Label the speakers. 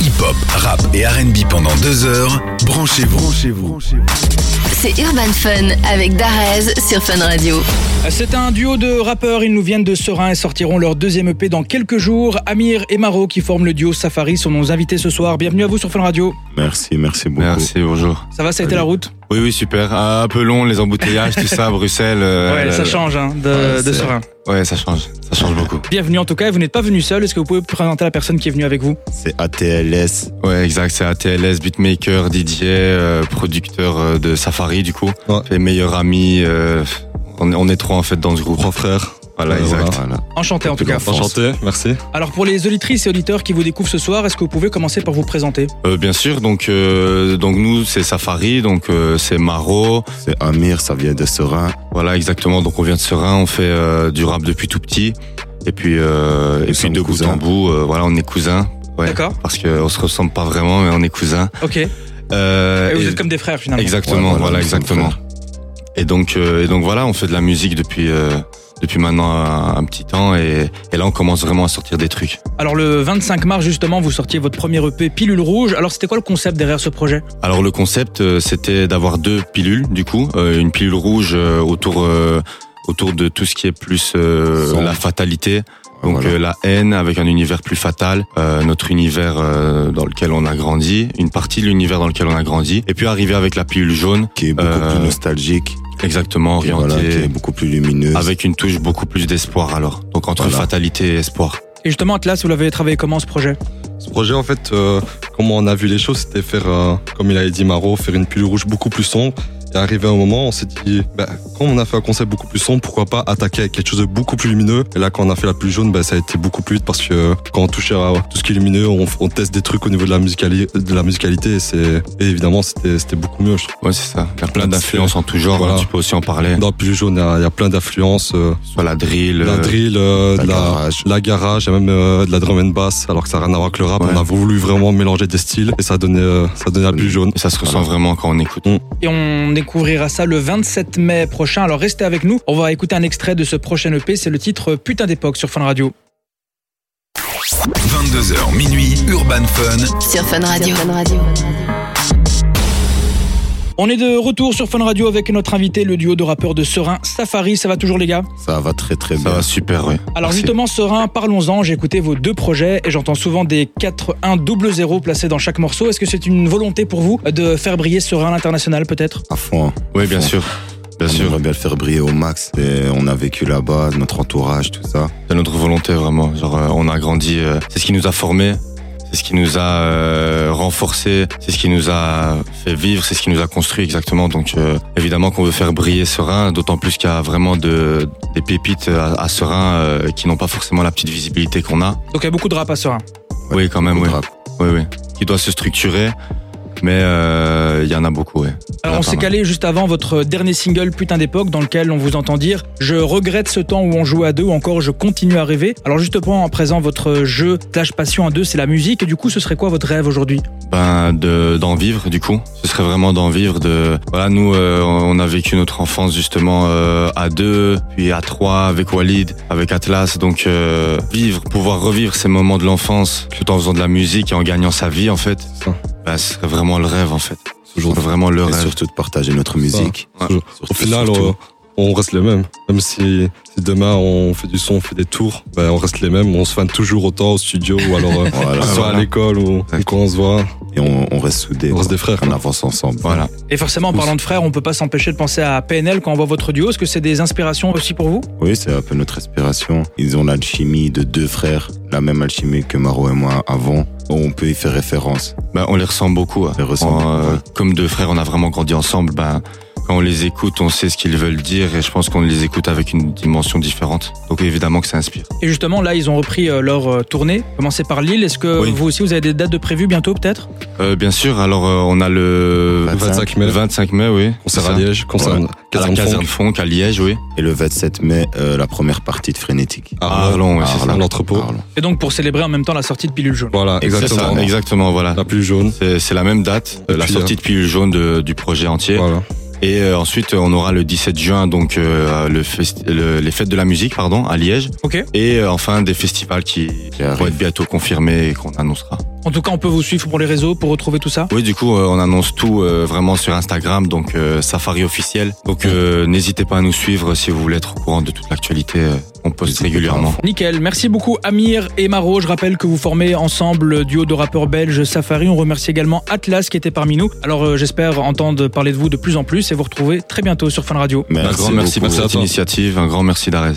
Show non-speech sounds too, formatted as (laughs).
Speaker 1: Hip-hop, rap et RB pendant deux heures. Branchez-vous. Branchez-vous.
Speaker 2: C'est Urban Fun avec Darez sur Fun Radio.
Speaker 3: C'est un duo de rappeurs, ils nous viennent de Serein et sortiront leur deuxième EP dans quelques jours. Amir et Maro qui forment le duo Safari sont nos invités ce soir. Bienvenue à vous sur Fun Radio.
Speaker 4: Merci, merci beaucoup.
Speaker 5: Merci, bonjour.
Speaker 3: Ça va, ça a été la route
Speaker 5: Oui, oui, super. Ah, un peu long, les embouteillages,
Speaker 3: (laughs)
Speaker 5: tout ça, Bruxelles. euh,
Speaker 3: Ouais, ça change hein, de,
Speaker 5: ouais,
Speaker 3: de
Speaker 5: c'est-
Speaker 3: Serein.
Speaker 5: Ouais, ça change. Ça change beaucoup.
Speaker 3: Bienvenue en tout cas, et vous n'êtes pas venu seul, est-ce que vous pouvez présenter la personne qui est venue avec vous
Speaker 4: C'est ATLS.
Speaker 5: Ouais, exact. C'est ATLS, beatmaker, DJ, euh, producteur euh, de Safari, du coup.
Speaker 4: Ouais.
Speaker 5: Et meilleur ami. euh, on, est- on est trois, en fait, dans ce groupe.
Speaker 4: Grand frère.
Speaker 5: Voilà,
Speaker 4: Ouais,
Speaker 5: exact.
Speaker 4: voilà.
Speaker 3: Enchanté en tout cas.
Speaker 4: Enchanté, merci.
Speaker 3: Alors pour les auditrices et auditeurs qui vous découvrent ce soir, est-ce que vous pouvez commencer par vous présenter
Speaker 5: Euh, bien sûr, donc, euh, donc nous, c'est Safari, donc euh, c'est Maro.
Speaker 4: C'est Amir, ça vient de Serein.
Speaker 5: Voilà, exactement. Donc on vient de Serein, on fait euh, du rap depuis tout petit. Et puis, euh, et puis
Speaker 4: sommes
Speaker 5: de bout
Speaker 4: cousins.
Speaker 5: en bout, euh, voilà, on est cousins. Ouais.
Speaker 3: D'accord.
Speaker 5: Parce qu'on se ressemble pas vraiment, mais on est cousins.
Speaker 3: Ok. Et
Speaker 5: Euh,
Speaker 3: vous
Speaker 5: et-
Speaker 3: êtes comme des frères finalement.
Speaker 5: Exactement,
Speaker 4: Ouais, voilà,
Speaker 5: voilà,
Speaker 4: nous sommes
Speaker 5: exactement.
Speaker 3: euh.
Speaker 5: Et donc, euh, et donc voilà, on fait de la musique depuis euh, depuis maintenant un, un petit temps, et, et là on commence vraiment à sortir des trucs.
Speaker 3: Alors le 25 mars justement, vous sortiez votre premier EP Pilule Rouge. Alors c'était quoi le concept derrière ce projet
Speaker 5: Alors le concept, euh, c'était d'avoir deux pilules, du coup, Euh, une pilule rouge euh, autour euh, autour de tout ce qui est plus euh,
Speaker 4: Sombre.
Speaker 5: la fatalité. Donc
Speaker 4: Donc,
Speaker 5: euh, la haine avec un univers plus fatal, euh, notre univers euh, dans lequel on a grandi, une partie de l'univers dans lequel on a grandi, et puis arriver avec la pilule jaune,
Speaker 4: qui est beaucoup
Speaker 5: euh,
Speaker 4: plus nostalgique,
Speaker 5: exactement
Speaker 4: qui,
Speaker 5: orientée,
Speaker 4: voilà, qui est beaucoup plus lumineuse.
Speaker 5: avec une touche beaucoup plus d'espoir alors. Donc entre
Speaker 4: Voilà.
Speaker 5: fatalité et espoir.
Speaker 3: Et justement Atlas, vous l'avez travaillé comment ce projet
Speaker 6: Ce projet, en fait, euh, comment on a vu les choses, c'était faire, euh, comme il avait dit Maro, faire une pilule rouge beaucoup plus sombre. Et arrivé à un moment, on s'est dit, bah, quand on a fait un concept beaucoup plus sombre, pourquoi pas attaquer avec quelque chose de beaucoup plus lumineux Et là, quand on a fait la pilule jaune, bah, ça a été beaucoup plus vite parce que euh, quand on touche à tout ce qui est lumineux, on, on teste des trucs au niveau de la, musicali- de la musicalité. Et, c'est- et évidemment, c'était c'était beaucoup mieux, je trouve.
Speaker 5: Ouais c'est ça. Il y a plein
Speaker 6: C'est-
Speaker 5: d'influences en tout genre. hein.
Speaker 6: Voilà.
Speaker 5: Tu peux aussi en parler.
Speaker 6: Dans la pilule jaune, il y a- il y, a plein d'affluences, euh,
Speaker 5: Soit la drill,
Speaker 6: de la
Speaker 5: euh,
Speaker 6: drill, euh,
Speaker 4: la
Speaker 6: de la,
Speaker 4: garage.
Speaker 6: la garage et même euh, de la drum and bass alors que ça n'a rien à voir avec le rap
Speaker 5: Ouais.
Speaker 6: on a voulu vraiment mélanger des styles et ça a donné euh, ça a donné la plus jaune
Speaker 5: et ça se ressent
Speaker 6: Voilà.
Speaker 5: vraiment quand on écoute.
Speaker 3: Et on découvrira ça le 27 mai prochain. Alors restez avec nous. On va écouter un extrait de ce prochain EP. C'est le titre Putain d'époque sur Fun Radio.
Speaker 1: 22h minuit, Urban Fun.
Speaker 2: Sur Fun Radio.
Speaker 3: On est de retour sur Fun Radio avec notre invité, le duo de rappeurs de Serein, Safari. Ça va toujours les gars
Speaker 4: Ça va très très
Speaker 5: Ça
Speaker 4: bien.
Speaker 5: va super ouais.
Speaker 3: Alors
Speaker 5: Merci.
Speaker 3: justement, Serein, parlons-en. J'ai écouté vos deux projets et j'entends souvent des 4-1-0 placés dans chaque morceau. Est-ce que c'est une volonté pour vous de faire briller Serein à l'international peut-être
Speaker 4: À fond.
Speaker 5: Oui bien
Speaker 4: Fond.
Speaker 5: sûr. Bien
Speaker 4: on
Speaker 5: sûr.
Speaker 4: aimerait bien le faire briller au max. Et on a vécu là-bas, notre entourage, tout ça.
Speaker 5: C'est notre volonté vraiment. Genre euh, on a grandi. euh, c'est ce qui nous a formés. C'est ce qui nous a euh, renforcés, c'est ce qui nous a fait vivre, c'est ce qui nous a construit exactement. Donc euh, évidemment qu'on veut faire briller Serein, d'autant plus qu'il y a vraiment de, des pépites à, à Serein euh, qui n'ont pas forcément la petite visibilité qu'on a.
Speaker 3: Donc il y a beaucoup de rap à Serein.
Speaker 5: oui quand même,
Speaker 4: Beaucoup
Speaker 5: oui.
Speaker 4: de rap.
Speaker 5: oui, oui. Qui doit se structurer, mais euh, il y en a beaucoup, ouais. Il y en
Speaker 3: Alors
Speaker 5: a
Speaker 3: on
Speaker 5: pas
Speaker 3: s'est
Speaker 5: mal.
Speaker 3: calé juste avant votre dernier single Putain d'époque dans lequel on vous entend dire Je regrette ce temps où on jouait à deux ou encore Je continue à rêver. Alors justement en présent votre jeu Tâche Passion à deux c'est la musique et du coup ce serait quoi votre rêve aujourd'hui
Speaker 5: Ben de d'en vivre du coup. Ce serait vraiment d'en vivre. De voilà, nous euh, on a vécu notre enfance justement euh, à deux, puis à trois avec Walid, avec Atlas. Donc euh, vivre, pouvoir revivre ces moments de l'enfance tout en faisant de la musique et en gagnant sa vie en fait.
Speaker 6: C'est ça.
Speaker 5: Ben, ce serait vraiment le rêve en fait.
Speaker 6: C'est
Speaker 5: Toujours
Speaker 6: toujours-
Speaker 5: vraiment le
Speaker 4: Et
Speaker 5: rêve.
Speaker 4: surtout de partager notre musique. oh,
Speaker 5: Ouais.
Speaker 6: Toujours.
Speaker 4: Surtout,
Speaker 6: au final
Speaker 4: surtout.
Speaker 6: on, on reste les mêmes même si, si demain on fait du son on fait des tours ben, on reste les mêmes on se fan toujours autant au studio ou alors euh,
Speaker 4: Voilà.
Speaker 6: que ce
Speaker 5: (laughs)
Speaker 6: soit
Speaker 5: voilà. Bah,
Speaker 6: à l'école ou, ou quand on se voit
Speaker 4: Et on, on reste soudés.
Speaker 6: on
Speaker 4: quoi.
Speaker 6: reste des frères
Speaker 4: On
Speaker 6: quoi.
Speaker 4: avance ensemble.
Speaker 5: Voilà.
Speaker 3: Et forcément en parlant de frères on peut pas s'empêcher de penser à PNL quand on voit votre duo. Est-ce que c'est des inspirations aussi pour vous
Speaker 4: Oui, c'est un peu notre inspiration. Ils ont l'alchimie de deux frères, la même alchimie que Maro et moi avons. On peut y faire référence.
Speaker 5: Ben, on les ressent beaucoup. hein.
Speaker 4: les ressemble.
Speaker 5: On, euh,
Speaker 4: Ouais.
Speaker 5: Comme deux frères, on a vraiment grandi ensemble. Ben, quand on les écoute, on sait ce qu'ils veulent dire et je pense qu'on les écoute avec une dimension différente. Donc évidemment que ça inspire.
Speaker 3: Et justement, là, ils ont repris euh, leur euh, tournée, commencé par Lille. Est-ce que
Speaker 5: Oui.
Speaker 3: vous aussi, vous avez des dates de prévues bientôt, peut-être
Speaker 5: Euh, bien sûr, alors euh, on a le
Speaker 6: 25 mai
Speaker 5: 25 mai, oui.
Speaker 6: concert
Speaker 5: C'est
Speaker 6: à
Speaker 5: ça.
Speaker 6: Liège concert
Speaker 4: Ouais.
Speaker 5: À la
Speaker 6: caserne
Speaker 5: caserne
Speaker 6: Franck,
Speaker 5: Fonck à Liège, oui.
Speaker 4: Et le 27 mai, euh, la première partie de Frénétique.
Speaker 5: À
Speaker 6: à
Speaker 5: Arlon, ouais,
Speaker 4: à
Speaker 5: c'est ça.
Speaker 4: Arlon.
Speaker 6: Arlon, l'entrepôt
Speaker 4: Parlons.
Speaker 3: Et donc, pour célébrer en même temps la sortie de Pilule Jaune.
Speaker 6: voilà
Speaker 5: C'est
Speaker 6: exactement
Speaker 5: ça, exactement, voilà.
Speaker 6: la plus jaune
Speaker 5: C'est c'est la même date,
Speaker 6: Et
Speaker 5: euh, la
Speaker 6: puis,
Speaker 5: sortie de pilule jaune de- du projet entier.
Speaker 6: voilà
Speaker 5: Et euh, ensuite, euh, on aura le 17 juin, donc euh, le festi- le- les fêtes de la musique, pardon, à Liège.
Speaker 3: Ok.
Speaker 5: Et euh, enfin, des festivals qui, qui vont
Speaker 4: arrivent.
Speaker 5: être bientôt confirmés et qu'on annoncera.
Speaker 3: En tout cas, on peut vous suivre pour les réseaux, pour retrouver tout ça.
Speaker 5: Oui, du coup, euh, on annonce tout euh, vraiment sur Instagram, donc euh, Safari officiel. Donc euh, n'hésitez pas à nous suivre si vous voulez être au courant de toute l'actualité. euh, On poste
Speaker 4: N'hésitez pas à
Speaker 5: régulièrement.
Speaker 3: Nickel, merci beaucoup Amir et Maro. Je rappelle que vous formez ensemble le duo de rappeurs belges Safari. On remercie également Atlas qui était parmi nous. Alors euh, j'espère entendre parler de vous de plus en plus et vous retrouver très bientôt sur Fun Radio.
Speaker 5: Un grand merci
Speaker 6: beaucoup.
Speaker 5: pour
Speaker 6: Merci à
Speaker 5: cette
Speaker 6: toi.
Speaker 5: initiative, un grand merci d'Arez.